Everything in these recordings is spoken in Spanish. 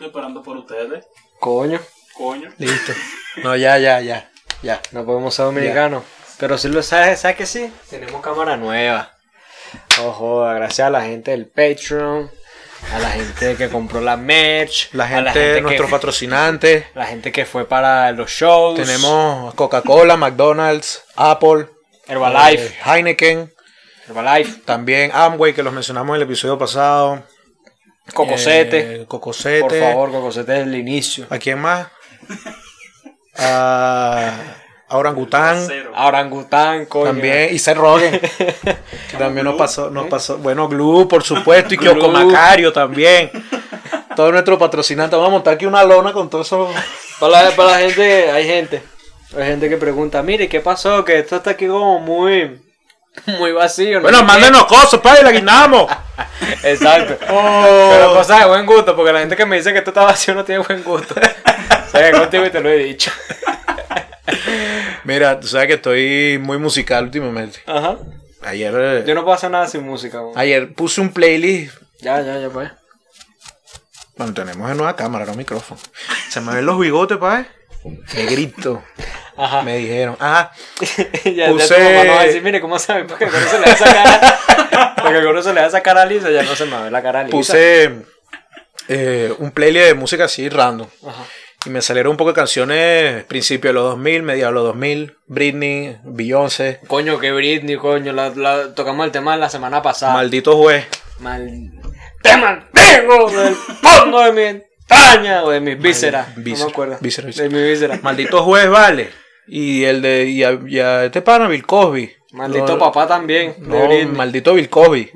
esperando por ustedes. Coño. Coño. Listo. No, ya, ya, ya. Ya. No podemos ser dominicanos. Pero si lo sabes, ¿sabes que sí? Tenemos cámara nueva. Ojo, gracias a la gente del Patreon, a la gente que compró la merch, La a gente, que- nuestros patrocinantes. la gente que fue para los shows, Tenemos Coca-Cola, McDonald's, Apple, Herbalife, eh, Heineken, Herbalife, también Amway, que los mencionamos en el episodio pasado. Cocosete, Eh, Cocosete. por favor, Cocosete desde el inicio. ¿A quién más? A, a Orangután. Cero. A Orangután, coño. También, y Seth Rogen. también nos Glue. pasó, nos pasó. Bueno, Glue, por supuesto, y Glue. Kyoko Macario también. Todo nuestro patrocinante. Vamos a montar aquí una lona con todo eso. Para la, para la gente, hay gente. Hay gente que pregunta, mire, ¿qué pasó? Que esto está aquí como muy. Muy vacío. ¿no? Bueno, mándenos cosas, padre, la guindamos. Oh. Exacto. Pero pues, cosas de buen gusto, porque la gente que me dice que esto está vacío no tiene buen gusto. o sea, que contigo y te lo he dicho. Mira, tú sabes que estoy muy musical últimamente. Ajá. Ayer, eh, Yo no puedo hacer nada sin música, weón. ayer puse un playlist. Ya, ya, ya, pues. Bueno, tenemos en nueva cámara, no micrófono. Se me ven los bigotes, padre. Me grito. Ajá. Me dijeron. Ajá. ya, Puse- ya tu mamá no va a decir, mire, ¿cómo sabe? Porque el gorro se le da esa cara. Porque el gorro se le da esa cara lisa, ya no se me ve la cara lisa. Puse eh, un playlist de música así random. Ajá. Y me salieron un poco de canciones principio de los 2000, mediados de los 2000, Britney, Beyoncé, Coño, que Britney, coño. La, la- tocamos el tema la semana pasada. Maldito Juez. Mal... ¡Te mantengo del fondo de mi entraña! O de mis vísceras. no víscera, me acuerdo. víscera, víscera. De mi vísceras. Maldito Juez, vale. Y el de. Y a, y a este pana, Bill Cosby. Maldito No, papá también. de No, Britney. maldito Bill Cosby.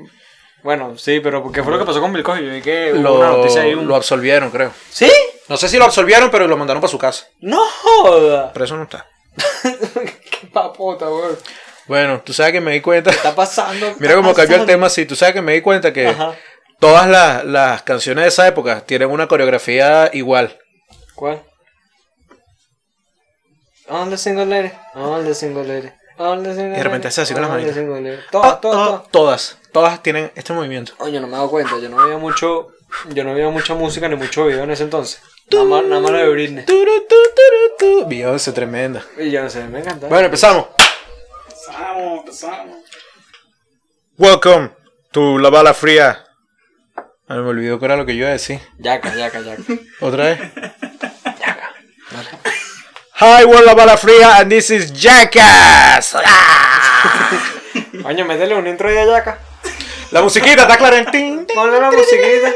Bueno, sí, pero ¿qué fue lo que pasó con Bill Cosby? Yo vi que hubo Lo, una noticia ahí. Un... lo absolvieron, creo. ¿Sí? No sé si lo absolvieron, pero lo mandaron para su casa. ¡No joda! Pero eso no está. ¡Qué papota, weón! ¿Qué Bueno, tú sabes que me di cuenta. está pasando? ¿Qué Mira está cómo cambió el pasando? tema así. Tú sabes que me di cuenta que Ajá. todas las, las canciones de esa época tienen una coreografía igual. ¿Cuál? Only single lady, only single lady, only single lady. Y de repente hace así con las only manitas. single lady. Ah, Todas, todas, todas. Todas. Todas tienen este movimiento. Oye, no me he dado cuenta, yo no veía mucho, yo no veía mucha música ni mucho video en ese entonces. Nada más, nada más la de Britney. Turu, tu, turu, tu. Beyoncé, tremenda. Y ya no sé, me encanta. Bueno, pues- empezamos. Empezamos, empezamos. Welcome to La Bala Fría. Ah, me olvidó que era lo que yo iba a decir. Yaca, yaca, yaca. Otra vez. Hi, we're La Bala Fría and this is Jackass. Ah. Coño, métele un intro ahí a yaca. La musiquita está clara en tin, tin. Ponle la musiquita.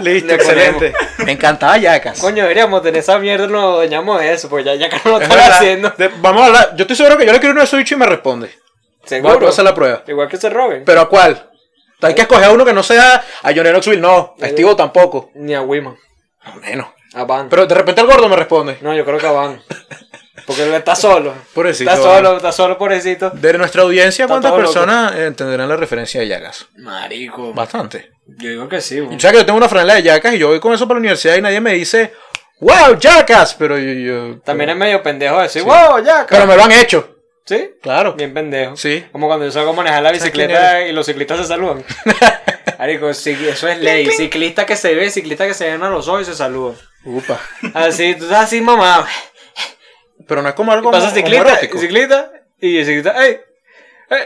Listo, Le excelente. Me encantaba Jackass. Coño, deberíamos tener esa mierda, nos dañamos de eso, pues ya yaca no lo Es está verdad. haciendo. De- vamos a hablar. Yo estoy seguro que yo le quiero uno de esos bichos y me responde. Seguro. Voy a hacer la prueba. Igual que se roben. ¿Pero a cuál? Hay que escoger a uno que no sea a Johnny Knoxville, no. A Steve tampoco. Ni a Wiman, No, menos. a Van. Pero de repente el gordo me responde. No, yo creo que a Van. Porque él está solo. Pobrecito, Está Van. solo, está solo, pobrecito. De nuestra audiencia, Está ¿cuántas todo loco. personas eh, entenderán la referencia de Yacas? Marico. Bastante. Yo digo que sí, O sea que yo tengo una franela de Yacas y yo voy con eso para la universidad y nadie me dice, wow, Yacas. Pero yo, yo- También es medio pendejo decir, wow, yaca. Pero me lo han hecho. ¿Sí? Claro. Bien pendejo. Sí. Como cuando yo salgo a manejar la quién bicicleta y los ciclistas se saludan. Marico, sí, eso es ley. Ciclista que se ve, ciclista que se ven a los ojos y se saludan. Upa. Así, tú estás así, mamá. Pero no es como algo Pasa homo- ciclista, homoerótico. ciclista, y el ciclista, ¡ey! ¡ey!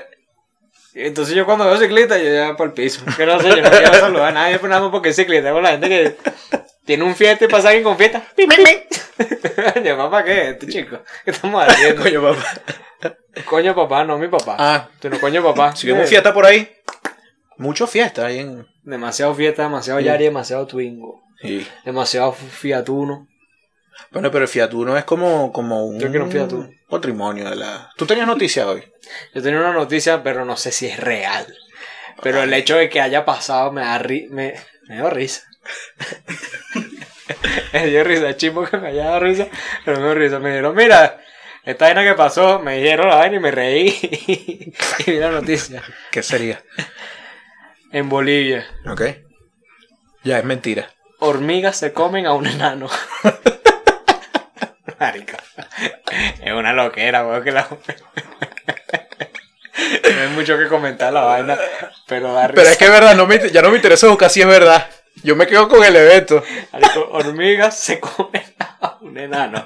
Y Entonces yo cuando veo ciclista, yo ya para el piso. Que no sé, yo no quiero saludar a nadie, pero nada más porque es ciclista. Con la gente que tiene un fiesta y pasa alguien con fiesta. ¡pim, pim, pim! yo, papá, ¿qué es esto, chico? ¿Qué estamos haciendo? Coño, papá. coño, papá, no mi papá. Ah. Tú no, coño, papá. Si vemos Eh, fiesta por ahí, mucho fiesta ahí en. Demasiado fiesta, demasiado yari, Mm. demasiado twingo. Sí. Demasiado fiatuno. Bueno, pero el Fiat Uno es como, como un. Yo quiero un Fiat Uno. Patrimonio de la. Tú tenías noticias hoy. Yo tenía una noticia, pero no sé si es real. Pero el hecho de que haya pasado me da ri- me, me dio risa. me dio risa, chimbo que me haya dado risa, pero me dio risa. Me dijeron, mira, esta vaina que pasó, me dijeron la vaina y me reí. y vi la noticia. ¿Qué sería? En Bolivia, Ok. Ya es mentira. hormigas se comen a un enano. Marica. Es una loquera, weón, que la... No hay mucho que comentar la vaina, pero da risa. Pero es que es verdad, no me, inter- ya no me interesa buscar si es verdad. Yo me quedo con el evento. Marico, hormigas se comen a un enano.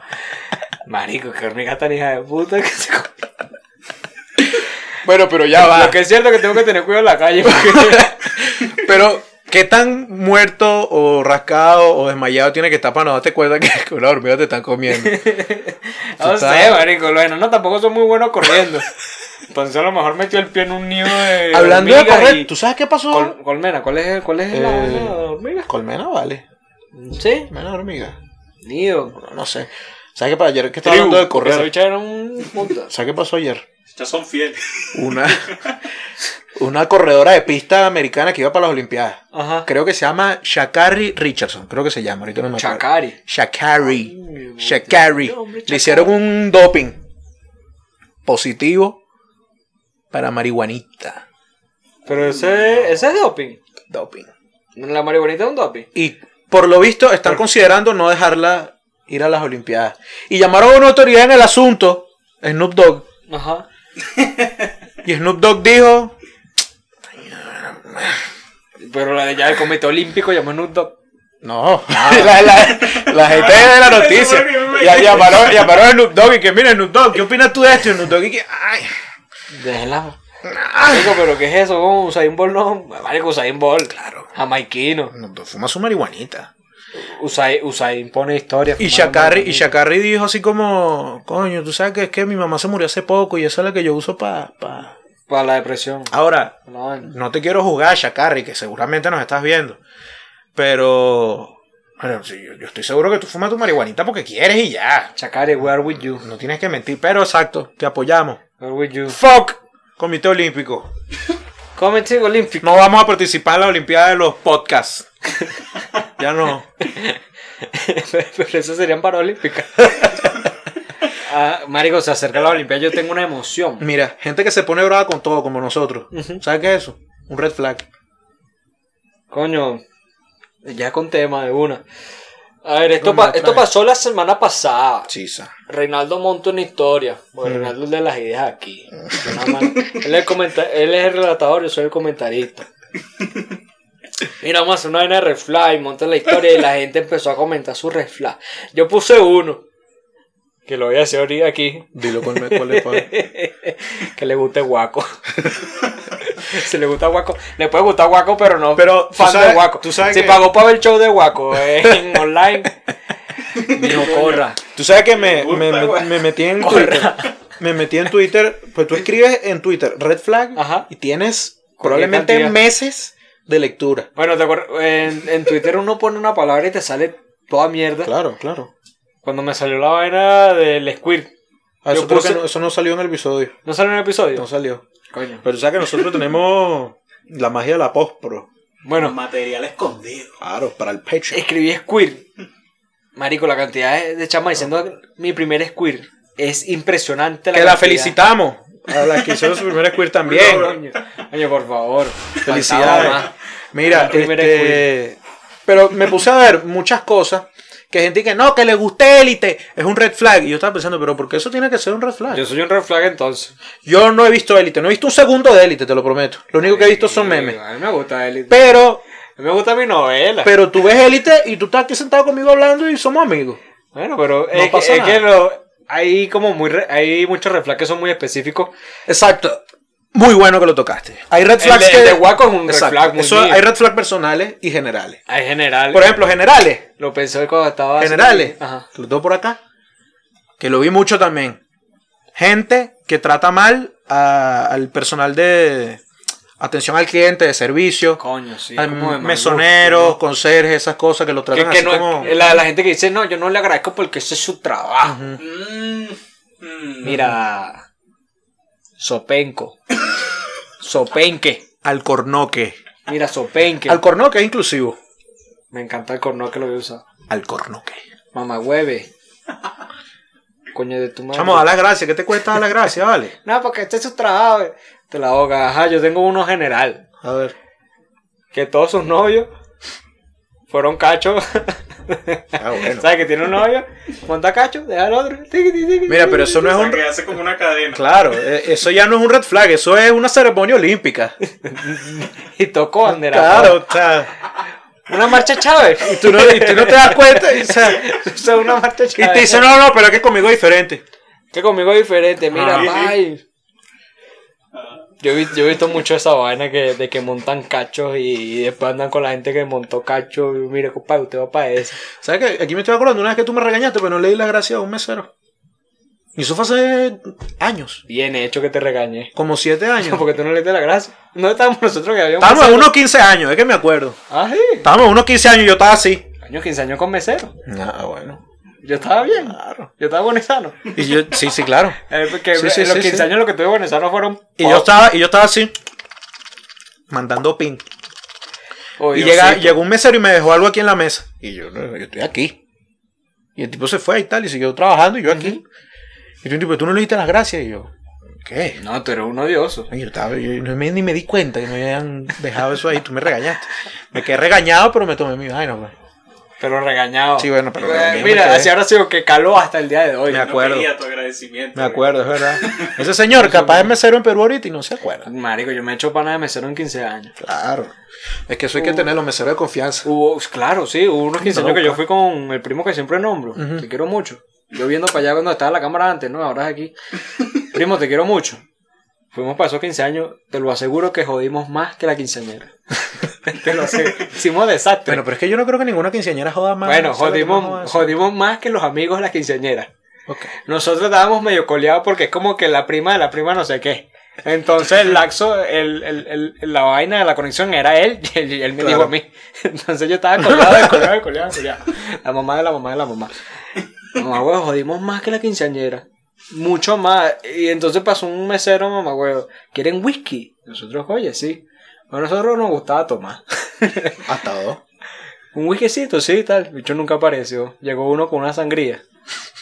Marico, qué hormiga tan hija de puta que se come. Bueno, pero ya va. Lo que es cierto es que tengo que tener cuidado en la calle porque Pero, ¿qué tan muerto o rascado o desmayado tiene que estar para no darte cuenta que que una hormiga te están comiendo? no Total. sé, marico, los enanos tampoco son muy buenos corriendo. Entonces a lo mejor metió el pie en un nido de Hablando de hormigas correr, y- ¿tú sabes qué pasó? Col- colmena, ¿cuál es cuál es la, Eh. la hormiga? Colmena, vale. Sí, Colmena hormiga. nido. No, no sé. ¿Sabes qué pasó ayer? Que estaba hablando de Esa correr. bicha era un puta. ¿Sabes qué pasó ayer? Ya son fieles. Una, una corredora de pista americana que iba para las Olimpiadas. Ajá. Creo que se llama Shakari Richardson. Creo que se llama. Ahorita no me acuerdo. Chacari. Ay, Shakari. mi Shakari. Dios, hombre, Le hicieron un doping positivo para marihuanita. Pero ese, ese es doping. Doping. La marihuanita es un doping. Y por lo visto están considerando no dejarla ir a las Olimpiadas. Y llamaron a una autoridad en el asunto, Snoop Dogg. Ajá. Y Snoop Dogg dijo, Pero la, ya el comité olímpico llamó a Snoop Dogg. no, Ah. la, la- la gente de la noticia. Ya llamaron, llamaron a Snoop Dogg y que, mira Snoop Dogg, ¿qué opinas tú de esto? Y Snoop Dogg y que, ay, Déjela. Ah. Digo, pero ¿qué es eso? Un Usain Bolt no. Marico, Usain Bolt. Claro. Jamaiquino. Snoop Dogg fuma su marihuanita. Usain, Usain pone historia. Y fumando Shakari, y marihuana. Shakari dijo así como, coño, tú sabes que es que mi mamá se murió hace poco y esa es la que yo uso para... Pa. Para la depresión. Ahora, No, vaina. no te quiero jugar, Shakari, que seguramente nos estás viendo. Pero. bueno, sí, yo, yo estoy seguro que tú fumas tu marihuanita porque quieres y ya. Shakari, we are with you. No tienes que mentir, pero exacto, te apoyamos. We are with you. ¡Fuck! Comité Olímpico. Comité olímpico. No vamos a participar en la Olimpiada de los podcasts. ya no. pero esas serían paraolímpicas. ah, marico, se acerca la Olimpiada. Yo tengo una emoción. Mira, gente que se pone brava con todo, como nosotros. Ujú. ¿Sabes qué es eso? Un red flag. Coño, ya con tema de una. A ver, esto, Coño, pa- otra esto vez. pasó la semana pasada. Chisa. Reinaldo monta una historia. Porque Mm. Reinaldo es de las ideas aquí. Yo nada más- él, es el comenta- él es el relatador, yo soy el comentarista. Mira, vamos a hacer una vaina de refla y monta la historia y la gente empezó a comentar su refla. Yo puse uno. Que lo voy a hacer ahorita aquí. Dilo con cuál es pa- que le guste guaco. si le gusta guaco, le puede gustar guaco, pero no Pero, ¿tú fan de sabes- guaco. tú sabes si que- pagó para ver el show de guaco eh, en online, dijo corra. Tú sabes que me, Me gusta, me, me, güey. me metí en Corra. Twitter. Me metí en Twitter. Pues tú escribes en Twitter red flag Ajá. y tienes Cualquier probablemente cantidad. meses de lectura. Bueno, te acuer- en, en Twitter uno pone una palabra y te sale toda mierda. Claro, claro. Cuando me salió la vaina del squirt, Ah, Yo Eso, creo puse- que no, eso no salió en el episodio. ¿no salió en el episodio? No salió. Coño. Pero tú sabes que nosotros tenemos la magia de la post-pro. Con Bueno, material escondido. Claro, para el pecho. escribí squirt. Marico, la cantidad de, de chamas diciendo mi primer squirt es impresionante. que la cantidad. felicitamos. A la que hicieron su primer squirt también. Coño, coño, por favor. Faltaba Felicidades. más. Mira, El primer este, pero me puse a ver muchas cosas que gente que no, que le guste élite, es un red flag. Y yo estaba pensando, pero ¿por qué eso tiene que ser un red flag? Yo Yo, soy un red flag entonces. no he visto élite, no he visto un segundo de élite, te lo prometo. Lo único que he visto son memes. A mí me gusta Élite. Pero, A mí me gusta mi novela. pero tú ves élite y tú estás aquí sentado conmigo hablando y somos amigos. bueno, pero es, pasa que, es nada. que lo- hay como muy re- hay muchos red flags que son muy específicos. Exacto. Muy bueno que lo tocaste. Hay red El flags de- que el de Guaco es un red Exacto. flag muy Eso- mío. hay red flags personales y generales. Hay Ah, general. Por ejemplo, generales. lo pensé hoy cuando estaba. generales, Ajá. los dos por acá, que lo vi mucho también. Gente que trata mal a- al personal de atención al cliente, de servicio, Coño, sí. al como de mal mesoneros, gusto, conserjes, esas cosas que lo ¿no? Que- tratan que así no- como... la, la gente que dice, no, yo no le agradezco porque ese es su trabajo. Mm, mm. Mira. Sopenco. Sopenque. Al cornoque. Mira, Sopenque. Al cornoque es inclusivo. Me encanta el corno que lo voy a usar. Al cornoque. Mamá hueve. Coño de tu madre. Vamos, a las gracias. ¿Qué te cuesta dar las gracias, vale? No, porque este es su trabajo. eh. Te la ahoga. Ajá, yo tengo uno general. A ver. Que todos sus novios fueron cachos. Ah, bueno. ¿Sabes que tiene un novio? Monta cacho, deja al otro. Tiqui, tiqui, tiqui. Mira, pero eso no O es sea, un... que hace como una cadena. Claro, eh, eso ya no es un red flag, eso es una ceremonia olímpica. Y tocó bandera. Claro, o sea, Una marcha Chávez. Y tú no, y tú no te das cuenta. y, o sea, O sea, una marcha y Chávez. te dicen, no, no, pero es que conmigo es diferente. Que conmigo es diferente, mira, Ah, bye. Yo he, vi- yo he visto mucho esa vaina que, de que montan cachos y, y después andan con la gente que montó cachos. y, Mira, compadre, usted va para eso. ¿Sabes qué? Aquí me estoy acordando una vez que tú me regañaste, pero no le di las gracias a un mesero. Y eso fue hace años, Bien hecho que te regañé. como siete años. Porque tú no le diste la gracia. No estábamos nosotros que habíamos. Estábamos a pasado? unos 15 años, es que me acuerdo. Ah, sí. Estábamos a unos 15 años y yo estaba así. Año 15 años con mesero. Ah, bueno. Yo estaba bien. Yo estaba buenisano. Y yo, sí, sí, claro. Eh, porque Sí, sí, en los sí, 15 sí. años lo que tuve buenisano fueron. Y yo estaba, y yo estaba así, mandando ping. Oh, y Diosito. llega, llegó un mesero y me dejó algo aquí en la mesa. Y yo, no, yo estoy aquí. Y el tipo se fue y tal, y siguió trabajando, y yo aquí. Y tú, tipo, tú no le diste las gracias. Y yo, ¿qué? No, tú eres un odioso. Ay, Yo, estaba- yo no me- ni me di cuenta que me habían dejado eso ahí. Tú me regañaste. Me quedé regañado, pero me tomé mi vaina, pues. Pero regañado. Sí, bueno, pero Eh, regañado me mira, quedé. así ahora sido que caló hasta el día de hoy. Me ¿no? ac- acuerdo. No quería tu agradecimiento. Me acuerdo, es verdad. Ese señor, capaz es mesero en Perú ahorita y no se acuerda. Marico, yo me he hecho pana de mesero en 15 años. Claro. Es que eso hay que tener los meseros de confianza. Hubo, pues, claro, sí, hubo unos 15 años que loca. yo fui con el primo que siempre nombro. Te quiero mucho. Yo viendo para allá cuando estaba la cámara antes, ¿no? Ahora es aquí. primo, te quiero mucho. Fuimos para esos 15 años, te lo aseguro que jodimos más que la quinceañera. te lo aseguro. Hicimos desastre. Bueno, pero es que yo no creo que ninguna quinceañera joda más. bueno, ¿Sabes que no joda jodimos, eso? jodimos más que los amigos de la quinceañera. Ok. Nosotros estábamos medio coleados porque es como que la prima de la prima no sé qué. Entonces el laxo, el, el- el- la vaina de la conexión era él y él, y él me Claro. dijo a mí. Entonces yo estaba colgado, colgado, colgado, colgado. La mamá de la mamá de la mamá. Mamá, huevo, jodimos más que la quinceañera. Mucho más. Y entonces pasó un mesero, mamá, huevo. ¿Quieren whisky? Nosotros, oye, sí. A nosotros nos gustaba tomar. Hasta dos. Un whiskycito, sí, tal. El bicho nunca apareció. Llegó uno con una sangría.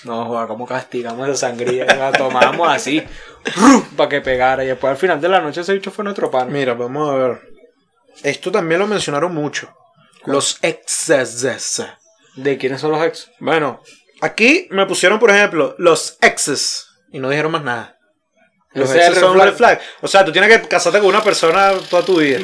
No, joder, ¿cómo castigamos esa sangría? La tomábamos así, para que pegara. Y después al final de la noche ese bicho fue nuestro pan. Mira, vamos a ver. Esto también lo mencionaron mucho. Los exes. ¿De quiénes son los ex? Bueno, aquí me pusieron, por ejemplo, los exes. Y no dijeron más nada. Los Ese es el exes son red red flag. O sea, tú tienes que casarte con una persona toda tu vida.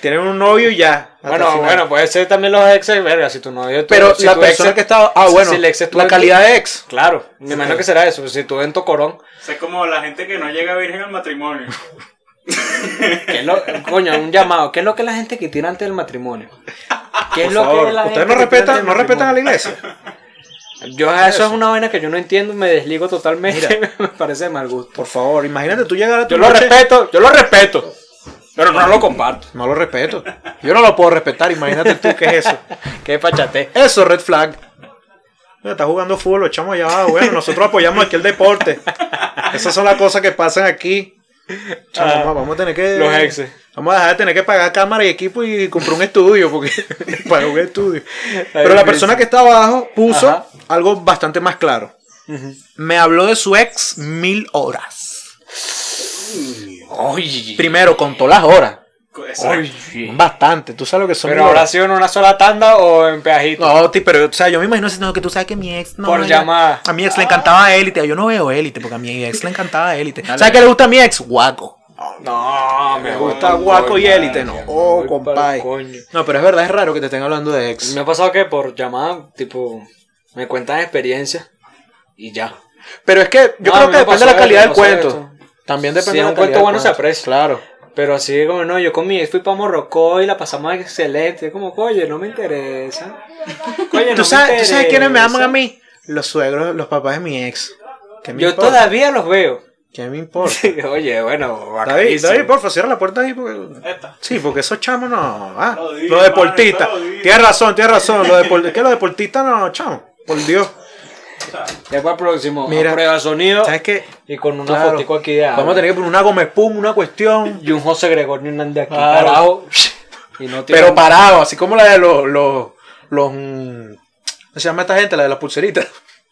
Tienen un novio y ya. hasta el Bueno, final. bueno, puede ser también los ex, verga, si tu novio... tu- Pero si la tu ex persona es- que estaba. Ah, si- bueno. si el ex es tu la ex- calidad de ex. Claro, me imagino que será eso. Si tú en Tocorón, O sea, es como la gente que no llega virgen al matrimonio. ¿qué es lo... Coño, un llamado. ¿Qué es lo que la gente que tira antes del matrimonio? ¿Qué es Por lo que favor, la gente Ustedes no que tira antes respetan, del no respetan a la matrimonio? iglesia. Yo eso, es una vaina que yo no entiendo, me desligo totalmente, me parece de mal gusto. Por favor, imagínate tú llegar a tu Yo lo noche- respeto, yo lo respeto, pero no lo comparto. No lo respeto. Yo no lo puedo respetar. Imagínate tú qué es eso. Qué pachate. Eso, red flag. Mira, Está jugando fútbol, los chamos allá abajo. Bueno, nosotros apoyamos aquí el deporte. Esas son las cosas que pasan aquí. Chamo, Ah, vamos- vamos a tener que. los exes. Vamos a dejar de tener que pagar cámara y equipo y comprar un estudio, porque para un estudio. Pero la persona que está abajo puso Ajá. algo bastante más claro. Me habló de su ex mil horas. Oye, Primero, contó las horas. Exacto. Bastante. Tú sabes lo que son pero mil habrá horas? sido en una sola tanda o en peajito. No, ti, pero o sea, yo me imagino sino que tú sabes que mi ex no. Por ella- llamada. A mi ex le encantaba élite. Yo no veo élite porque a mi ex le encantaba élite. ¿Sabes qué le gusta a mi ex? Guaco. No, me Oh, compadre. No, pero es verdad, es raro que te estén hablando de ex. Me ha pasado que por llamada, tipo, me cuentan experiencias y ya. Pero es que yo No, a mí creo que me depende pasó de la esto, calidad me del pasó cuento. esto. También depende Si de es la un cuento calidad bueno del se cuento. aprecia. Claro. Pero así como, no, yo con mi ex fui para Morrocoy y la pasamos excelente. Es Como, oye, no me interesa. Oye, no ¿Tú sabes, me ¿Tú sabes quiénes me aman interesa. a mí? Los suegros, los papás de mi ex. ¿Qué me Yo importa? todavía los veo. ¿Qué me importa? oye, bueno, David, bacanísimo. David, porfa, cierra la puerta ahí porque... Esta. Sí, porque esos chamos no. ah, Lo di, los deportistas. hermano, lo di. Tienes razón, tienes razón. Los depor- ¿Qué los deportistas no, chamo? Por Dios. Después próximo, Mira, a prueba sonido. ¿Sabes qué? Y con una Claro. fotico aquí de agua. Vamos a tener que poner una Gómez Pum, una cuestión. Y un José Gregorio Hernández aquí Claro. parado. Y no tiene- Pero parado, así como la de los. los, los mm, ¿Cómo se llama esta gente? La de las pulseritas.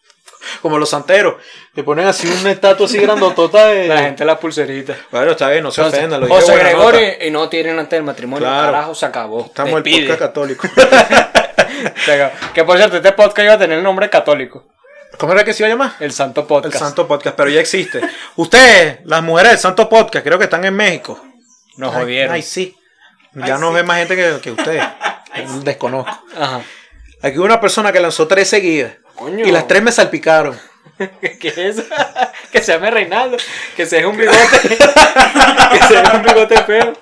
Como los santeros. Le ponen así una estatua así grandotota de. La gente la pulserita. Bueno, está bien, no se Entonces, ofendan. Lo dije José buena nota. Gregorio y no tienen antes del matrimonio. Claro. Carajo, se acabó. Estamos en el Despide. podcast católico. Se acabó. Que por cierto, este podcast iba a tener el nombre católico. ¿Cómo era que se iba a llamar? El Santo El Podcast. Santo Podcast, pero ya existe. Ustedes, las mujeres del Santo Podcast, creo que están en México. Nos jodieron. Ay, sí. Ya no ve más gente que, que ustedes. Desconozco. Ajá. Aquí hubo una persona que lanzó tres seguidas. Coño. Y las tres me salpicaron. ¿Qué es? que se llame Reinaldo. Que se deje un bigote. que se deje un bigote feo.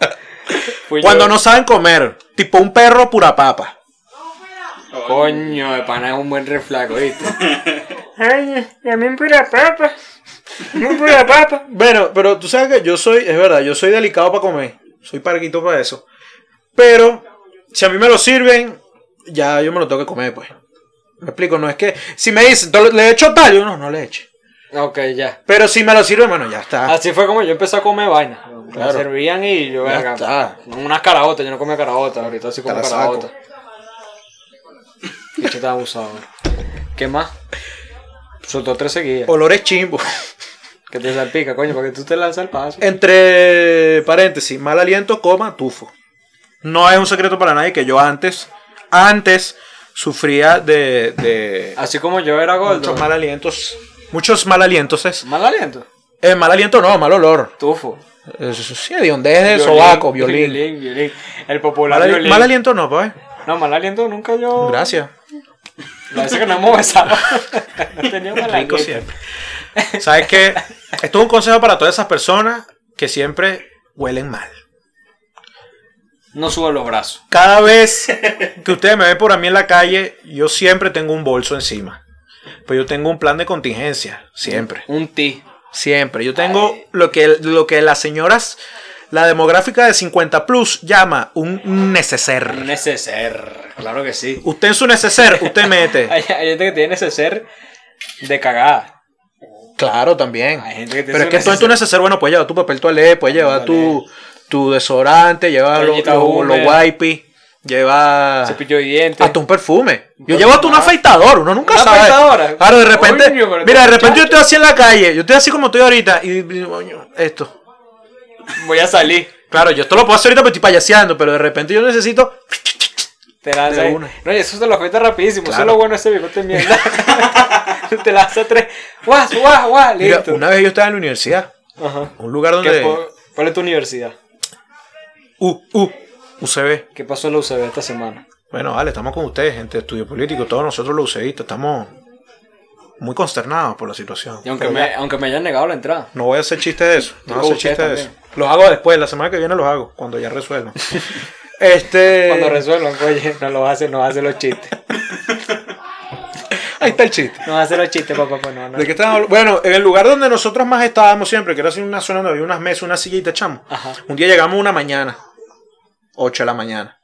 Fui Cuando Pues yo. no saben comer. Tipo un perro pura papa. Coño, de pana es un buen reflaco, ¿viste? Ay, a mí pura papa. Un pura papa. Bueno, pero tú sabes que yo soy, es verdad, yo soy delicado para comer. Soy parquito para eso. Pero, si a mí me lo sirven, ya yo me lo tengo que comer, pues. Me explico, no es que. Si me dicen, "Te lo- le echo tal, yo no, no le eche. Ok, ya. Pero si me lo sirven, bueno, ya está. Así fue como yo empecé a comer vaina. Me Claro. servían y yo Ya verga, está. Unas caraotas, yo no comía caraotas, ahorita sí como la caraotas. Y esto estaba abusado. ¿Qué más? Soltó tres seguidas. Olores chimbo. Que te salpica, coño, para que tú te lanzas el paso. Entre paréntesis, mal aliento, coma, tufo. No es un secreto para nadie que yo antes, antes, sufría de. de Así como yo era gordo. muchos mal alientos. Muchos mal alientos es. Mal aliento. Eh, mal aliento no, mal olor. Tufo. Eh, Sí, de donde es de sobaco, violín. Violín, violín. El popular Mal, ali- violín. mal aliento no, pues. No, mal aliento nunca yo. Gracias. La vez que no hemos besado. Tenía mal aliento. Rico siempre. ¿Sabes qué? Esto es un consejo para todas esas personas que siempre huelen mal. No subo los brazos. Cada vez que ustedes me ven por a mí en la calle, yo siempre tengo un bolso encima. Pues yo tengo un plan de contingencia, siempre. Un ti. Siempre. Yo tengo lo que, lo que las señoras, la demográfica de 50 plus llama un neceser. Neceser. Claro que sí. Usted en su neceser, usted mete. Hay, hay gente que tiene neceser de cagada. Claro, también. Hay gente que tiene Pero es que su tú en tu neceser, bueno, puedes llevar tu papel toalé, puedes llevar tu, tu desodorante, llevar los Toallita lo, húmeda. los wipes, llevar Cepillo de dientes. hasta un perfume. Yo Pues llevo hasta un nada. afeitador, uno nunca ¿Una sabe. afeitadora? Claro, de repente, Coño, pero mira, de qué repente yo muchacho. estoy así en la calle, yo estoy así como estoy ahorita y, y, coño, esto. Voy a salir. Claro, yo esto lo puedo hacer ahorita porque estoy payaseando, pero de repente yo necesito Te lanza De ahí. una. No, y eso te lo afecta rapidísimo. Eso es Claro. lo bueno de ese bigote de mierda. te lanza tres. Guas, guas, guas. Mira, Listo. una vez yo estaba en la universidad, Ajá. un lugar ¿Qué donde po- ¿Cuál es tu universidad? U, U, UCB. ¿Qué pasó en la UCB esta semana? Bueno, vale, estamos con ustedes, gente de estudio político, todos nosotros los UCBistas estamos muy consternados por la situación. Y aunque Pero me, aunque me hayan negado la entrada. No voy a hacer chistes de eso. No Digo, voy a hacer usted chistes de eso. también. Los hago después, la semana que viene los hago, cuando ya resuelvan. este. Cuando resuelvan, oye, no lo hace, no hace los chistes. Ahí está el chiste. No hace los chistes, papá, pues no, no. ¿De qué estábamos hablando? Bueno, en el lugar donde nosotros más estábamos siempre, que era así una zona donde había unas mesas, una sillita, chamo. Ajá. Un día llegamos una mañana, 8 de la mañana.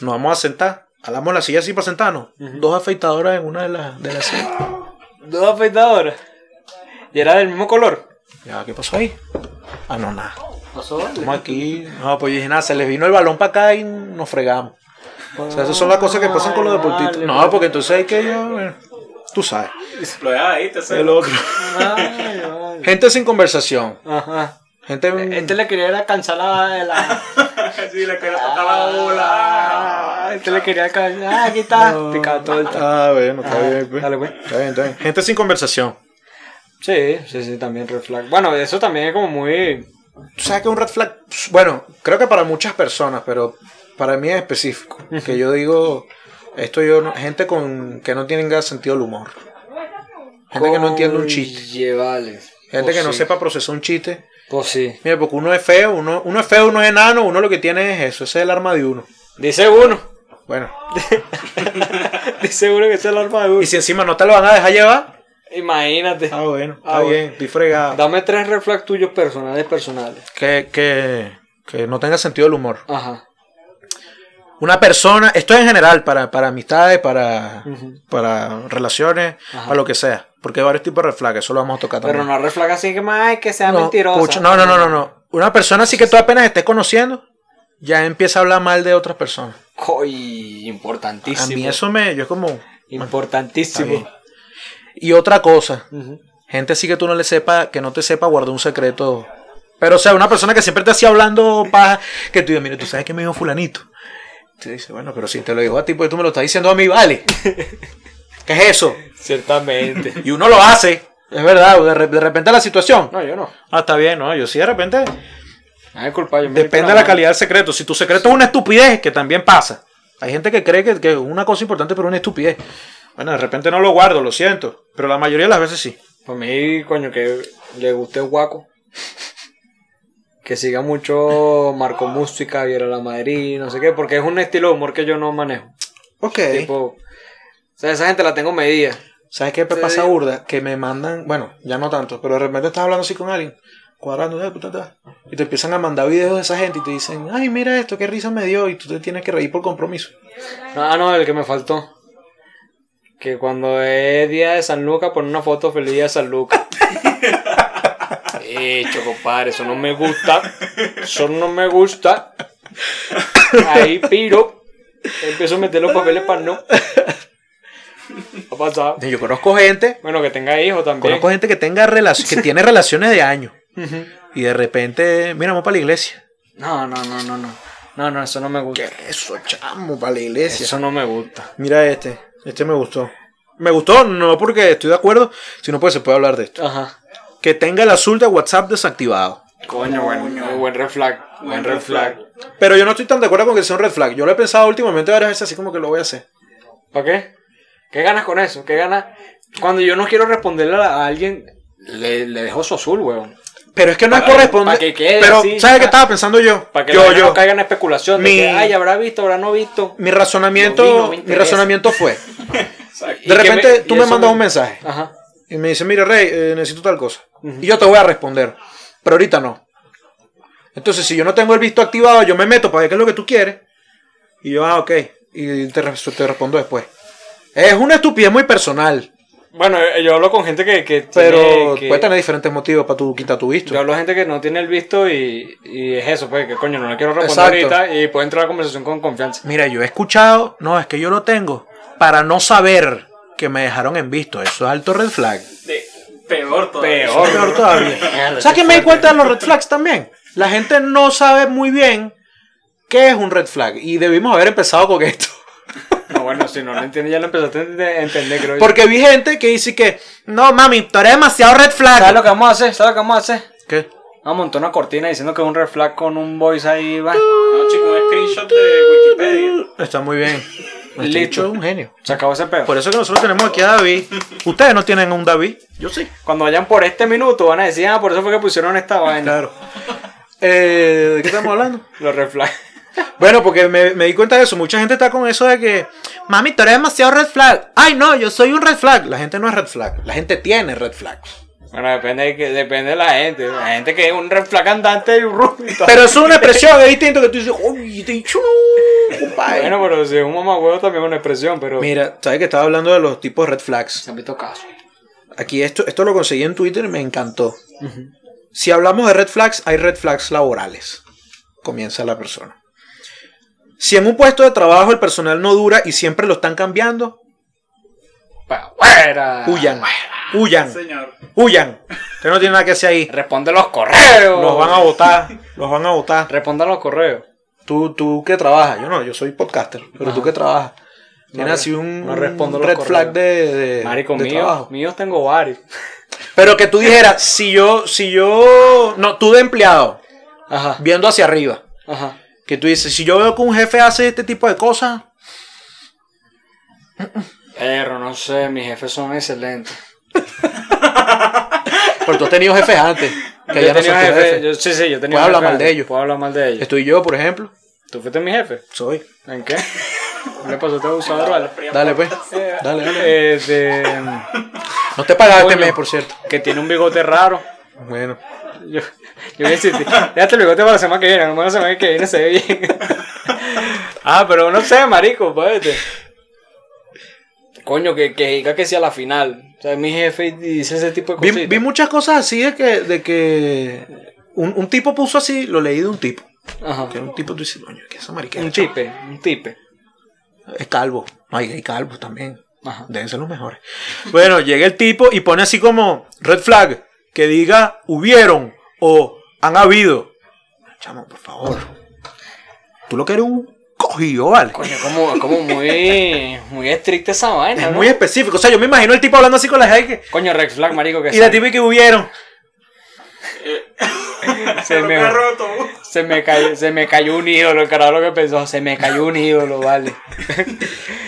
Nos vamos a sentar, jalamos la silla así para sentarnos. Dos afeitadoras en una de las de las sillas. Dos afeitadoras. pues, Y era del mismo color. Ya, ¿qué pasó ahí? Ah, no, nada. Pasó, Estamos aquí. No, pues yo dije, nada, se les vino el balón para acá y nos fregamos. O sea, esas son las cosas que pasan con los Vale, deportistas. vale. No, porque entonces hay que. yo, bueno, Tú sabes. Lo dejas ahí, te hace. El otro. Ay, ay. Gente sin conversación. Ajá. Gente. Este le quería era cancelar la. Sí, le queda para la bola. Ah, Este le quería cancelar. Ah, aquí está. Picado todo el Ah, bueno, está Ah, bien, pues. dale, pues. Está bien, está bien. Gente sin conversación. Sí, sí, sí, también red flag. Bueno, eso también es como muy. Tú sabes que un red flag. Bueno, creo que para muchas personas, pero para mí es específico. Que yo digo. Esto yo. no- Gente con que no tenga sentido del humor. Gente que no entiende un chiste. Oye, vale. Gente Pues que no sí. sepa procesar un chiste. Pues sí. Mira, porque uno es feo, uno, uno es feo, uno es enano, uno lo que tiene es eso, ese es el arma de uno. Dice uno. Bueno, Dice uno que es el arma de y uno. si encima no te lo van a dejar llevar, Imagínate. ah, bueno, está Ah, bueno. bien, estoy fregado. Dame tres red flag tuyos personales, personales. Que, que, que no tenga sentido el humor. Ajá. Una persona, esto es en general, para, para amistades, para, Ujú. para relaciones, Ajá. para lo que sea, porque hay varios tipos de reflaques, eso lo vamos a tocar Pero también. no red flag así que más que sea No, mentirosa. escucha, no, no, no, no, no. Una persona así que tú apenas estés conociendo, ya empieza a hablar mal de otras personas. Coy, A importantísimo. mí eso me, yo es como... está Importantísimo. bien. Y otra cosa, Ujú. Gente así que tú no le sepa, que no te sepa, guardó un secreto. Pero, o sea, una persona que siempre te hacía hablando paja, que tú dices, mire, tú sabes que me dijo fulanito. Te dice, bueno, pero si te lo dijo a ti, pues tú me lo estás diciendo a mí, vale. ¿Qué es eso? Ciertamente. Y uno lo hace. Es verdad, de, re- de repente la situación. No, yo no. Ah, está bien, ¿no? Yo sí, de repente. este, No es culpa, yo me Depende de la calidad del secreto. Si tu secreto es una estupidez, que también pasa. Hay gente que cree que, que una cosa importante pero una estupidez. Bueno, de repente no lo guardo, lo siento. Pero la mayoría de las veces sí. Para mí, coño, que le guste guaco. Que siga mucho Marco Música, Viera la Madrid, no sé qué, porque es un estilo de humor que yo no manejo. Ok. Tipo, o sea, esa gente la tengo medida. ¿Sabes qué me Sí. pasa burda? Que me mandan, bueno, ya no tanto, pero de repente estás hablando así con alguien, cuadrando, eh, puta, ta, y te empiezan a mandar videos de esa gente y te dicen, ay, mira esto, qué risa me dio, y tú te tienes que reír por compromiso. No, Ah, no, el que me faltó. Que cuando es día de San Lucas, pon una foto feliz día de San Lucas. Hecho, compadre, eso no me gusta. Eso no me gusta. Ahí piro. Empiezo a meter los papeles para no. Ha pasado. Y Yo conozco gente, Bueno, que tenga hijos también. conozco gente que tenga relac- que tiene relaciones de años, Ujú. y de repente, mira, vamos para la iglesia. No, no, no, no, no. No, no, eso no me gusta. Eso, chamo, para la iglesia. Eso no me gusta. Mira este, este me gustó. Me gustó, no porque estoy de acuerdo, sino porque se puede hablar de esto. Ajá. Que tenga el azul de WhatsApp desactivado. Coño, bueno, muy buen red flag. Buen red flag. Pero yo no estoy tan de acuerdo con que sea un red flag. Yo lo he pensado últimamente varias veces así como que lo voy a hacer. ¿Para qué? ¿Qué ganas con eso? ¿Qué ganas? Cuando yo no quiero responderle a a alguien, le, le dejo su azul, weón. Pero es que no es Pa' que- corresponde. pa' que quede pero, así, ¿sabes pa- qué estaba pensando yo? Para que yo, la- yo. no caiga en especulación de Mi- que, ay, habrá visto, habrá no visto. Mi razonamiento, Lo vi, no me mi interesa. razonamiento fue. Y De que repente me- tú y me eso mandas un mensaje Ajá. y me dices, mira, Rey, eh, necesito tal cosa. Ujú. Y yo te voy a responder. Pero ahorita no. Entonces, si yo no tengo el visto activado, yo me meto para ver qué es lo que tú quieres. Y yo, ah, ok. Y te, re- te respondo después. Es una estupidez muy personal. Bueno, eh, yo hablo con gente que. que Pero tiene que- puede tener diferentes motivos para tu quitar tu visto. Yo hablo con gente que no tiene el visto y, y es eso, pues, que coño, no le quiero responder Exacto. ahorita y puede entrar a la conversación con confianza. Mira, yo he escuchado, no, es que yo lo tengo, para no saber que me dejaron en visto. Eso es alto red flag. De- peor todavía. Peor. Peor todavía. Mierda, ¿Sabes qué que me di fuerte. cuenta de los red flags también? La gente no sabe muy bien qué es un red flag. Y debimos haber empezado con esto. No, bueno, si no lo entiendes, ya lo empezaste a entender, creo yo. Porque vi gente que dice que, no, mami, tú eres demasiado red flag. ¿Sabes lo que vamos a hacer? ¿Sabes lo que vamos a hacer? ¿Qué? Vamos a montar una cortina diciendo que es un red flag con un voice ahí, va. No, chico, un screenshot de Wikipedia. Está muy bien. Este Listo. bicho es un genio. Se acabó ese pedo. Por eso que nosotros tenemos aquí a David. Ustedes no tienen un David. Yo sí. Cuando vayan por este minuto van a decir, ah, por eso fue que pusieron esta vaina. Claro. Eh, ¿De qué estamos hablando? Los red flag. Bueno, porque me, me di cuenta de eso. Mucha gente está con eso de que, mami, tú eres demasiado red flag. Ay, no, yo soy un red flag. La gente no es red flag. La gente tiene red flags. Bueno, depende de, que- depende de la gente. La gente que es un red flag andante y un rubito. Pero eso es una expresión, es distinto que tú dices, uy, te he dicho no, compadre". Bueno, pero si es un mamagüevo también es una expresión, pero... Mira, sabes que estaba hablando de los tipos de red flags. Se han visto casos. Aquí esto, esto lo conseguí en Twitter y me encantó. Si hablamos de red flags, hay red flags laborales. Comienza la persona. Si en un puesto de trabajo el personal no dura y siempre lo están cambiando, Pa' fuera. huyan. Huyan. Señor. Huyan. Usted no tiene nada que hacer ahí. Responde los correos. Los van a votar. Los van a votar. Responde los correos. Tú, tú que trabajas. Yo no, yo soy podcaster. Pero tú que trabajas. Tienes re- así un, no respondo un los red correos. flag de, de, Marico, de mío, míos tengo varios. Pero que tú dijeras, si yo, si yo. No, tú de empleado, Ajá, viendo hacia arriba. ajá. Que tú dices, si yo veo que un jefe hace este tipo de cosas, Pero no sé, mis jefes son excelentes. pero tú has tenido jefes antes. Que yo ya no tenía son tus jefe, jefes. yo- sí, sí, yo tenía Puedo hablar jefe mal de antes, ellos. Puedo hablar mal de ellos. Estoy yo, por ejemplo. ¿Tú fuiste mi jefe? Soy. ¿En qué? ¿Qué le pasó a este abusador, vale? Dale, pues. Dale, dale. Este, No te pagaba este Coño. mes, por cierto. que tiene un bigote raro. Bueno. Yo, yo voy a insistir. Déjate el bigote para la semana que viene. Nomás la semana que viene se ve bien. ah, pero no sé, marico, espérate. Coño, que, que diga que sea la final. O sea, mi jefe dice ese tipo de Vi, cosas. vi muchas cosas así de que, de que un, un tipo puso así, lo leí de un tipo. Ajá. Que un tipo tú dices, coño, que esa mariquera. Un tipe, un tipe. Es calvo. No, hay, hay calvos también. Ajá. Deben ser los mejores. Bueno, llega el tipo y pone así como red flag. Que diga hubieron o han habido. Chamo, por favor. Tú lo que eres un cogido, ¿vale? Coño, como, como muy, muy estricta esa vaina, Es ¿no? muy específico. O sea, yo me imagino el tipo hablando así con la gente. Coño, Rex Flag, marico, que Y la tipa y que hubieron. Se me, Está roto. se, me cayó, se me cayó un ídolo, el carajo lo que pensó, se me cayó un ídolo, vale.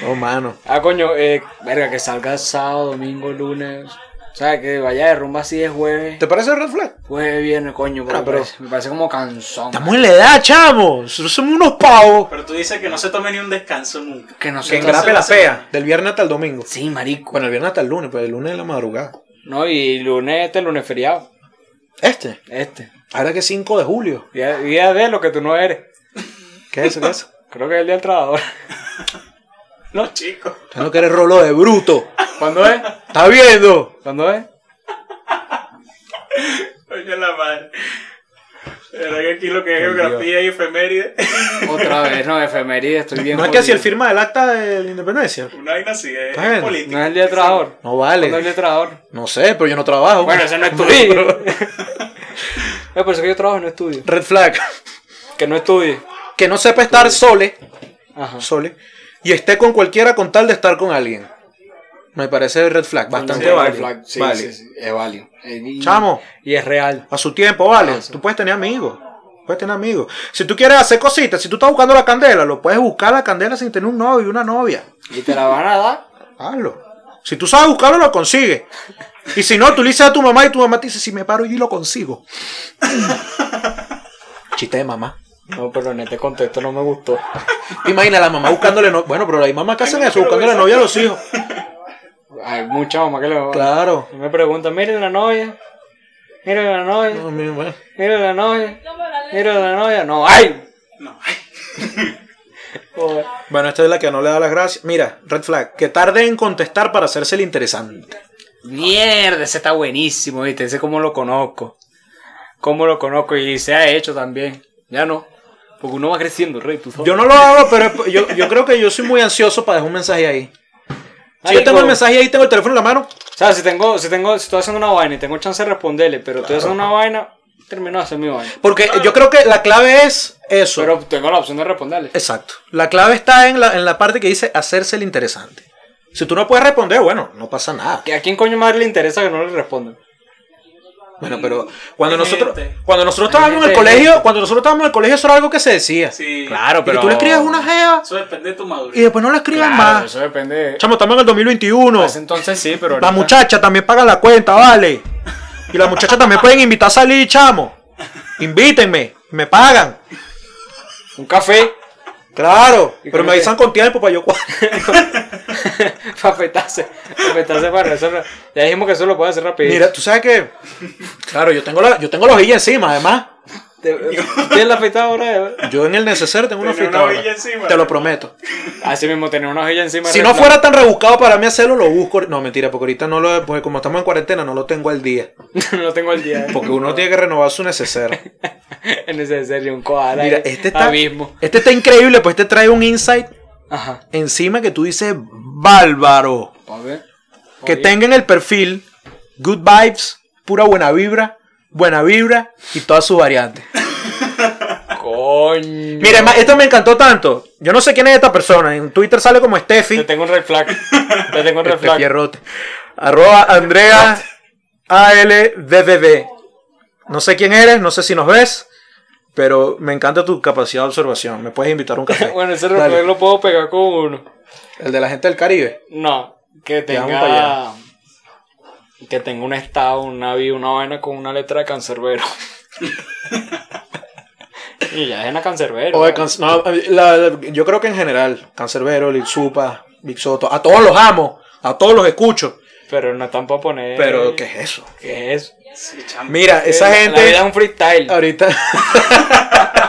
Oh, mano. Ah, coño, eh, verga, que salga sábado, domingo, lunes. O sea, que vaya de rumba así de jueves. ¿Te parece red flag? Jueves, viernes, coño, porque Ah, pero- me, parece, me parece como cansón. Estamos en la edad, chamo. Nosotros Somos unos pavos. Pero tú dices que no se tome ni un descanso nunca. Que no Que sé. Entonces, engrape la la semana. pea. Del viernes hasta el domingo. Sí, marico. Bueno, el viernes hasta el lunes, pero el lunes es la madrugada. No, y lunes, este lunes feriado. Este. Este. Ahora que es 5 de julio. Día, día de lo que tú no eres. ¿Qué es eso? ¿Qué es eso? Creo que es el día del trabajador. No, chicos. Usted no quiere rolo de bruto. ¿Cuándo es? ¿Está viendo? ¿Cuándo es? Coño la madre. La verdad que aquí lo que es geografía y efeméride. Otra vez, no, efeméride, estoy bien. ¿No es que si el jodido. firma del acta de la independencia? Una vaina así, es Está bien. política. No es el día del trabajador. ¿Cuándo No es el vale. día del trabajador? No sé, pero yo no trabajo. Bueno, ese no es tu día. Me parece que yo trabajo y no estudio. Red flag. Que no estudie. Que no sepa estar sole. Ajá. Sole. Y esté con cualquiera con tal de estar con alguien. Me parece red flag. Bastante Sí, válido. flag, sí, Vale. sí, sí, es válido. Eh, y- Chamo. Y es real. A su tiempo, vale. Tú puedes tener amigos. Puedes tener amigos. Si tú quieres hacer cositas, si tú estás buscando la candela, lo puedes buscar la candela sin tener un novio y una novia. Y te la van a dar. Hazlo. Si tú sabes buscarlo, lo consigues. Y si no, tú le dices a tu mamá y tu mamá te dice, si me paro yo y lo consigo. Chiste de mamá. No, pero en este contexto no me gustó. ¿Te imaginas la mamá buscándole novia? Bueno, pero hay mamás que hacen no eso, quiero buscándole besar. novia a los hijos. Hay mucha mamá que le va Claro. Me preguntan, miren la novia. Miren la novia. No, mi- bueno. Miren la novia. Miren la novia. No hay. No, ay. Joder. Bueno, esta es la que no le da las gracias. Mira, red flag, que tarde en contestar para hacerse el interesante. Mierda, ese está buenísimo, viste, ese como lo conozco. Cómo lo conozco y se ha hecho también. Ya no. Porque uno va creciendo, rey, tú sabes. Yo no lo hago, pero yo, yo creo que yo soy muy ansioso para dejar un mensaje ahí. Si yo tengo el Marico, mensaje ahí, tengo el teléfono en la mano. O sea, si tengo, si tengo, si estoy haciendo una vaina y tengo chance de responderle, pero estoy haciendo una vaina, termino de hacer mi vaina. Porque yo creo que la clave es eso. Pero tengo la opción de responderle. Exacto. La clave está en la, en la parte que dice hacerse el interesante. Si tú no puedes responder, bueno, no pasa nada. ¿A quién coño más le interesa que no le respondan? Bueno, pero cuando Hay nosotros, gente. cuando nosotros estábamos en el gente, hay colegio, cuando nosotros estábamos en el colegio, eso era algo que se decía. Sí. Claro, pero. tú le escribes una jeva Eso depende de tu y madurez. después no la escribes Claro, más. eso depende. de- Chamo, estamos en el 2021. Pues entonces sí, pero. La ahorita- muchacha también paga la cuenta, vale. Y las muchachas también pueden invitar a salir, chamo. Invítenme, me pagan. Un café. Claro, ¿Y cómo pero me te- avisan con tiempo para yo. para afeitarse. Para afeitarse para resolver. Ya dijimos que eso lo puede hacer rápido. Mira, tú sabes que. Claro, yo tengo, la, yo tengo la hojilla encima, además. ¿Tienes la afeitada ahora? eh? Yo en el neceser tengo una Tener hojita. una hojilla encima, Te lo ¿no? prometo. Así mismo, tener una hojilla encima. Si no fuera tan rebuscado para mí hacerlo, lo busco. No, mentira, porque ahorita no lo. Porque como estamos en cuarentena, no lo tengo al día. no lo tengo el día. eh. Porque uno tiene que renovar su neceser. en ese serio, un koala. Mira, eh, este está. Abismo. Este está increíble, pues te trae un insight Ajá. encima que tú dices, bárbaro. A ver. que Oye, tengan el perfil Good Vibes, pura buena vibra, buena vibra y todas sus variantes. Coño. Mira, ma- esto me encantó tanto. Yo no sé quién es esta persona. En Twitter sale como Te Steffi. tengo un red flag. Te tengo un red Este flag. Pierrote. Arroba Andrea ALDDD. No sé quién eres, no sé si nos ves, pero me encanta tu capacidad de observación. Me puedes invitar a un café. Bueno, ese red eh. Dale. flag lo puedo pegar con uno. El de la gente del Caribe. No, que Ya, vamos para tenga. Que tenga un estado, una vida, una vaina con una letra de cancerbero. y ya es una cancerbero. O de canc- no, la- la- yo creo que en general, Cancerbero, Lil Supa, Big Soto, a todos los amo, a todos los escucho. Pero no están para poner. Pero, ¿qué es eso? ¿Qué es? Sí, chamo. Mira, esa Eh, La- La gente vida es un freestyle. ahorita.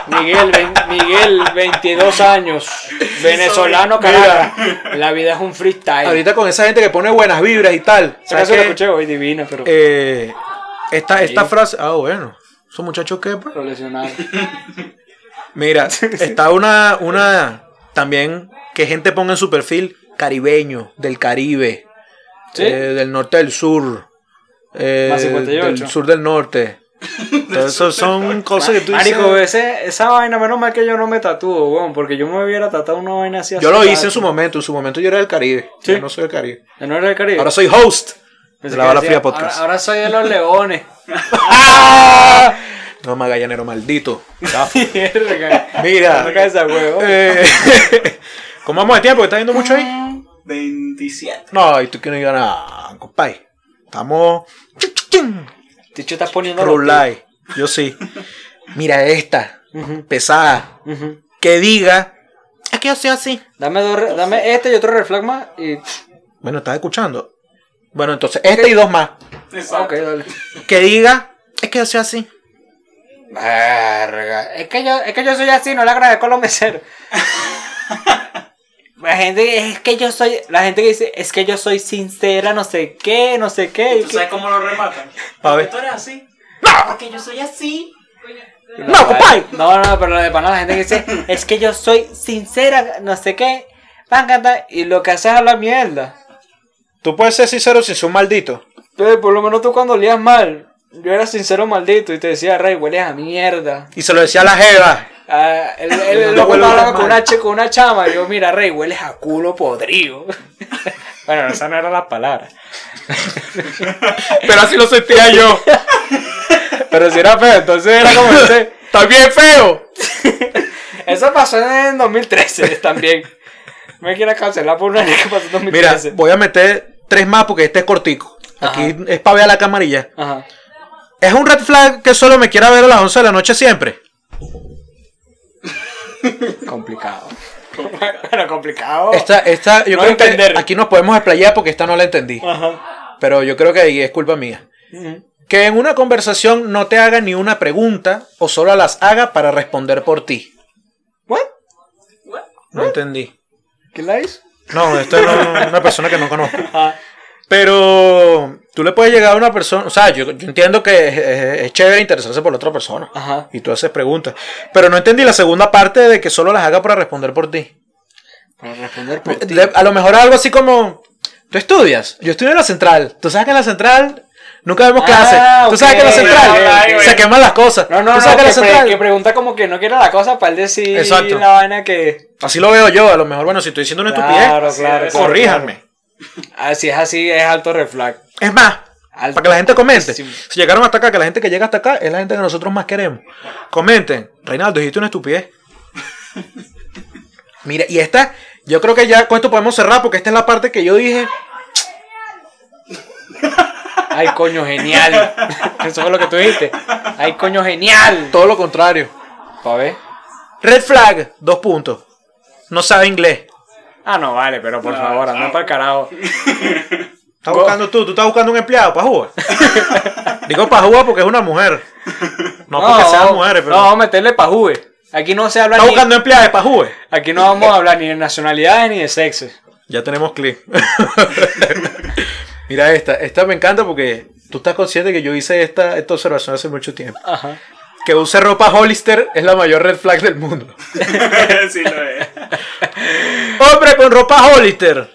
Miguel, vein- Miguel, 22 años. Venezolano, soy. Caracas. La vida es un freestyle. Ahorita con esa gente que pone buenas vibras y tal. ¿Sabes ¿sabes lo qué? escuché hoy? Divina, pero. Eh, esta, esta Sí. frase. Ah, bueno. Esos muchachos que. pues? pero lesionado. Mira, está una, una también que gente ponga en su perfil caribeño, del Caribe, ¿Sí? eh, del norte del sur, eh, Más 58. del sur del norte. Todo eso son cosas que tú dices. Marico, ese- esa vaina, menos mal que yo no me tatúo, weón, porque yo me hubiera tatuado una vaina así. hace Yo lo hice rato. en su momento, en su momento yo era del Caribe. Sí. Yo no soy del Caribe. Ya no era del Caribe. Ahora soy host Pensé que de la Bala decía, Fría Podcast. Ahora, ahora soy de los leones. ¡Ah! No, magallanero maldito. Gafo. Mierda. Mira. No caes a huevo. Eh, ¿Cómo vamos de tiempo? ¿Qué ¿Estás viendo mucho ahí? 27. No, y tú que no ibas nada, compadre. Estamos. Ticho estás poniendo. los Rulay. Yo sí. Mira esta, pies. Ujú, pesada. ujú. Que diga. Es que yo soy así. Dame, dos re- dame este y otro reflag más. Y... Bueno, ¿estás escuchando? Bueno, entonces, esta y dos más. Exacto. Ok, dale. Que diga. Es que yo soy así. Verga. Es que yo, es que yo soy así, no le agradezco a los meseros. La gente, es que yo soy, la gente que dice, es que yo soy sincera, no sé qué, no sé qué. y ¿Tú que- sabes cómo lo rematan? A ver. Porque Tú eres así. Porque yo soy así. No, compadre. No, no, pero la de pana, la gente que dice, es que yo soy sincera, no sé qué. Van a cantar, y lo que haces es la mierda. Tú puedes ser sincero sin ser un maldito. Entonces, por lo menos tú cuando olías mal, yo era sincero maldito y te decía, Rey, hueles a mierda. Y se lo decía a la Jeva. Ah, él, él- No él lo huele comparaba mal. con una, ch- con una chama. y Yo, mira, Rey, hueles a culo podrido. bueno, esa no era la palabra. Pero así lo sentía yo. Pero si era feo, entonces era como ese. También feo. Eso pasó en 2013 también. Me quieras cancelar por una que pasó en Mira, 2013. voy a meter tres más porque este es cortico. Aquí Ajá. es para ver a la camarilla. Ajá. ¿Es un red flag que solo me quiera ver a las 11 de la noche siempre? Complicado. bueno, complicado. Esta, esta, yo No creo entender. Ah. que aquí nos podemos explayar porque esta no la entendí. Ajá. Pero yo creo que ahí es culpa mía. Ujú. Que en una conversación no te haga ni una pregunta o solo las haga para responder por ti. ¿What? No entendí. ¿Qué la hizo? No, esta no es una persona que no conozco. Ajá. Pero tú le puedes llegar a una persona, o sea, yo, yo entiendo que es, es- es chévere interesarse por la otra persona. Ajá. Y tú haces preguntas. Pero no entendí la segunda parte de que solo las haga para responder por ti. Para responder por ti. Le- a lo mejor algo así como, tú estudias, yo estudio en la central, tú sabes que en la central nunca vemos Ah, clases, tú sabes que en la ok, central ok, ok. se queman las cosas, No, no, tú no, que, sabes que en la pre- central. que pregunta como que no quiere la cosa para él decir Exacto. la vaina que... Así lo veo yo, a lo mejor, bueno, si estoy diciendo una Claro, estupidez, claro, claro, pues, corríjanme. Así es así, es alto reflag. Es más, Alto. para que la gente comente, Altísimo. si llegaron hasta acá, que la gente que llega hasta acá es la gente que nosotros más queremos. Comenten, Reinaldo, dijiste una estupidez. Mira, y esta, yo creo que ya con esto podemos cerrar porque esta es la parte que yo dije, Ay, coño, genial. Eso fue lo que tú dijiste. Ay, coño, genial. todo lo contrario. Pa' ver. Red flag, dos puntos. No sabe inglés. Ah, no, vale, pero por favor, anda para el carajo. Estás buscando tú, tú estás buscando un empleado para jugar. Digo para jugar porque es una mujer. No, porque sean mujeres, pero. No, vamos a meterle pa' juve. Aquí no se habla estás ni... buscando empleados para jugar. Aquí no vamos a hablar ni de nacionalidades ni de sexo. Ya tenemos clip. Mira esta, esta me encanta porque tú estás consciente que yo hice esta, esta observación hace mucho tiempo. Ajá. Que use ropa Hollister es la mayor red flag del mundo. sí lo es. Hombre con ropa Hollister.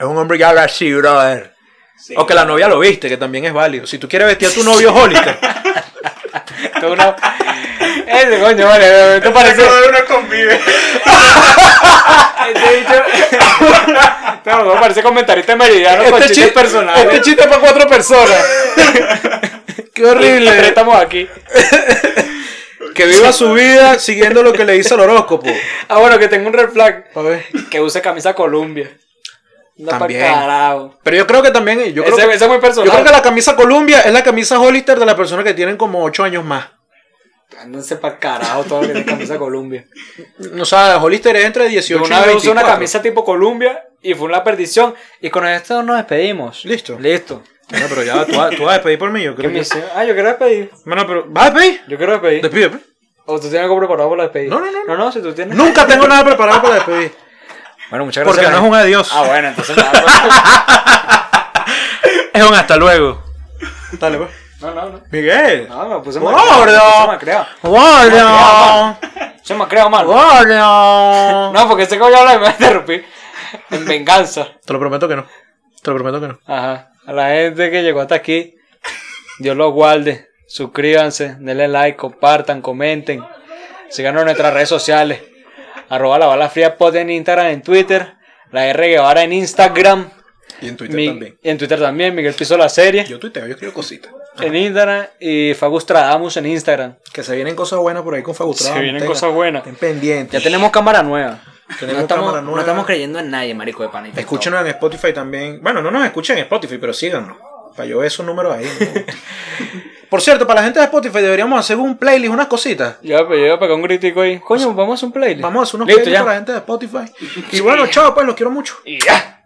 Es un hombre que habla así, brother. Sí. O que la novia lo viste, que también es válido. Si tú quieres vestir a tu novio Hollister. Tú no... Ese coño, vale, esto parece... Eso de uno convive. Este dicho... No, no, parece comentarista meridiano con Este, chistes chiste, personales. este chiste es para cuatro personas. Qué Pero horrible. estamos aquí. Que viva su vida siguiendo lo que le dice el horóscopo. Ah, bueno, que tengo un red flag. A ver. Que use camisa Columbia. No para También. carajo. Pero yo creo que también. Yo creo Ese- que, ese es muy personal. Yo creo que la camisa Columbia es la camisa Hollister de las personas que tienen como ocho años más. Ándense para carajo todo lo que tiene camisa Columbia. O sea, Hollister es entre Yo 18 una y vez usé 24. una camisa tipo Columbia y fue una perdición. Y con esto nos despedimos. Listo. Listo. Bueno, pero ya tú, vas- tú vas a despedir por mí. Yo ¿Qué creo me que... dice? Ah, yo quiero despedir. Bueno, pero. ¿Vas a despedir? Yo quiero despedir. Despide, pues. ¿O tú tienes algo preparado para la despedida? No, no, no, No, no, si tú tienes. Nunca tengo nada preparado para despedir. Bueno, muchas gracias. Porque no es un adiós. Ah, bueno, entonces nada. Es un hasta luego. Dale, pues. No, no, no. Miguel. No, me puse ¡Gordo! más creado. ¡Gordo! Se me ha creado mal. ¡Gordo! No, porque ese coño habla y me interrumpí. En venganza. Te lo prometo que no. Te lo prometo que no. Ajá. A la gente que llegó hasta aquí, Dios los guarde. Suscríbanse, denle like, compartan, comenten. Síganos en nuestras redes sociales. Arroba la bala fría pod en Instagram, en Twitter. La R Guevara en Instagram. Y en Mi- en Twitter también, Miguel Piso la serie. Yo tuiteo, yo escribo cositas. en Instagram y Fagustradamus en Instagram. Que se vienen cosas buenas por ahí con Fagustrado. Se vienen cosas buenas. Estén pendientes. Ya tenemos cámara nueva. Tenemos no, estamos, cámara no nueva. estamos creyendo en nadie, marico de pana. Escúchenos en Spotify también. Bueno, no nos escuchen en Spotify, pero síganos. Para yo ver esos números ahí. ¿no? Por cierto, para la gente de Spotify deberíamos hacer un playlist, unas cositas. Ya, pues yo voy a pegar un gritico ahí. Coño, vamos a hacer un playlist. Vamos a hacer unos Listo, playlists para la ya. gente de Spotify. Y bueno, chao, pues los quiero mucho. Y ya.